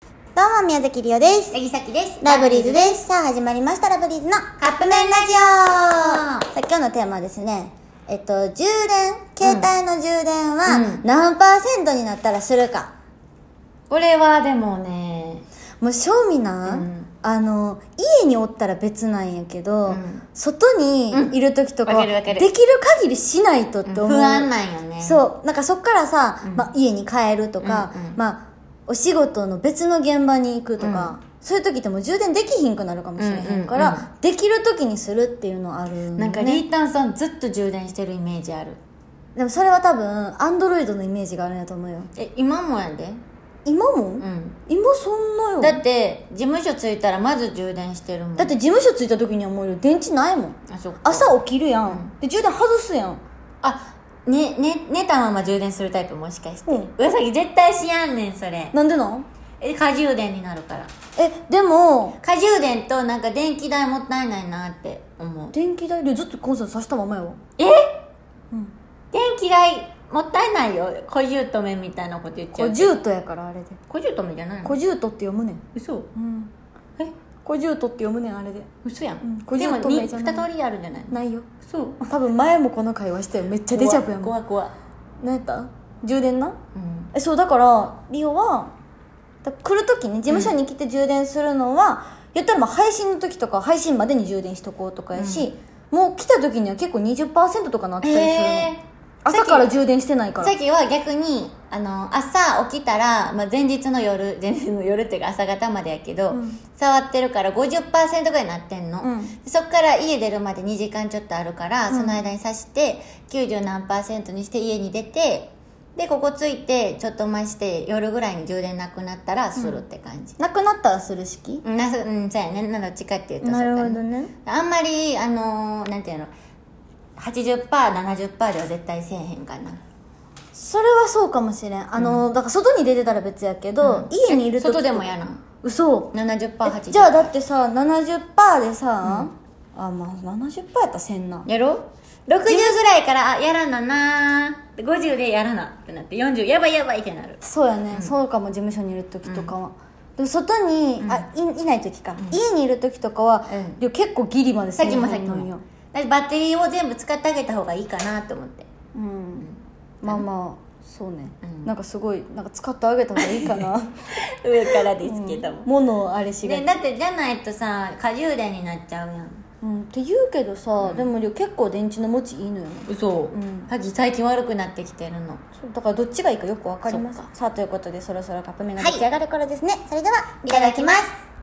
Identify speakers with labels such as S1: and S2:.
S1: どうも、宮崎りおです。
S2: 八木咲です
S1: ラブリーズです。さあ、始まりました、ラブリーズのカップ麺ラジオさあ、今日のテーマはですね、えっと、充電、携帯の充電は
S2: うん
S1: 何パーセントになったらするか。
S2: これはでもね
S1: もう、正味な、
S2: うん
S1: あの、家におったら別なんやけど、
S2: うん
S1: 外にいる時とかは、
S2: わかるわか
S1: で
S2: る
S1: きる限りしないとって
S2: 不
S1: 思う。
S2: 安なんよねう
S1: そうなんかそっからさ、
S2: うん
S1: まあ、家に帰るとか、
S2: うんうん
S1: まあ、お仕事の別の現場に行くとか、そういう時ってもう充電できひんくなるかもしれへんから、
S2: うんうん
S1: できる時にするっていうのあるよね
S2: なんかリータンさんずっと充電してるイメージある
S1: でもそれは多分アンドロイドのイメージがあるんやと思うよ
S2: え今もやで
S1: 今も、
S2: うん
S1: 今そんなよだ
S2: だって事務所着いたらまず充電してるもん
S1: って事務所着いた時にはもうよ電池ないもん
S2: あそっか
S1: 朝起きるやん、で充電外すやん
S2: あねね寝たまま充電するタイプもしかして
S1: うん
S2: うわさぎ絶対しやんねんそれ
S1: なんでなん
S2: え過充電になるから
S1: えでも
S2: 過充電となんか電気代もったいないなって思う
S1: 電気代でずっとコンセントさしたままやわ
S2: え
S1: うん
S2: 電気代もったいないよ小じゅうとめみたいなこと言っちゃ
S1: 小
S2: う
S1: 充とやからあれで
S2: 小じゅうとめじゃないの
S1: 小充とって読むねん
S2: 嘘
S1: うん
S2: え
S1: 小十とって読むねんあれで
S2: 嘘やん、
S1: うん小じ
S2: で
S1: ゅ
S2: も
S1: うとめじゃない
S2: 2通りあるんじゃないの
S1: ないよ
S2: そう
S1: 多分前もこの会話したよめっちゃデジャブやもん
S2: 怖い怖い、
S1: 何やった充電な
S2: うん、
S1: えそうだからリオはだ来る時に事務所に来て充電するのは、言ったらまあ配信の時とか配信までに充電しとこうとかやし、もう来た時には結構20%とかなったりするの、
S2: え
S1: 朝から充電してないか
S2: ー、
S1: ら
S2: さっきは逆にあの朝起きたら、まあ、前日の夜 前日の夜っていうか朝方までやけど、
S1: うん
S2: 触ってるから50%ぐらいなってんの、
S1: うん
S2: そっから家出るまで2時間ちょっとあるから、
S1: うん
S2: その間に刺して90何パーセントにして家に出てでここ着いてちょっと増して夜ぐらいに充電なくなったらするって感じ、
S1: なくなったらする式
S2: うん、なそうんそうやねなどっちかっていうとそう
S1: な
S2: か
S1: る
S2: な
S1: ほどね
S2: あんまりあのーなんていうの 80%70% では絶対せえへんかな
S1: それはそうかもしれんあの、だから外に出てたら別やけど、家にいる時
S2: 外でもやな
S1: 嘘
S2: 70%80%
S1: じゃあだってさ70%でさ、あまあ70%やったらせんな
S2: やろ60ぐらいからあやらななー50でやらなってなって40やばいやばいってなる
S1: そうやね、そうかも事務所にいる時とかは、でも外に、あいいない時か、家にいる時とかは、
S2: うん
S1: いや結構ギリまで
S2: さ
S1: せ
S2: っ
S1: ん
S2: き
S1: よう
S2: も
S1: に
S2: さ
S1: な
S2: っき
S1: るん
S2: も
S1: よ
S2: だってバッテリーを全部使ってあげた方がいいかなと思って
S1: うんまあまあそうね、
S2: うん
S1: なんかすごいなんか使ってあげた方がいいか な
S2: 上からですけど
S1: も
S2: も、
S1: のをあれしがち
S2: でだってじゃないとさ過充電になっちゃうやん
S1: うん、って言うけどさ、でもりょ結構電池の持ちいいのよね
S2: 嘘うんさっき最近悪くなってきてるの
S1: そうだからどっちがいいかよくわかりませ
S2: そ
S1: ん
S2: っか
S1: さあということでそろそろカップ麺が出来上がる頃ですね、それではい
S2: ただきます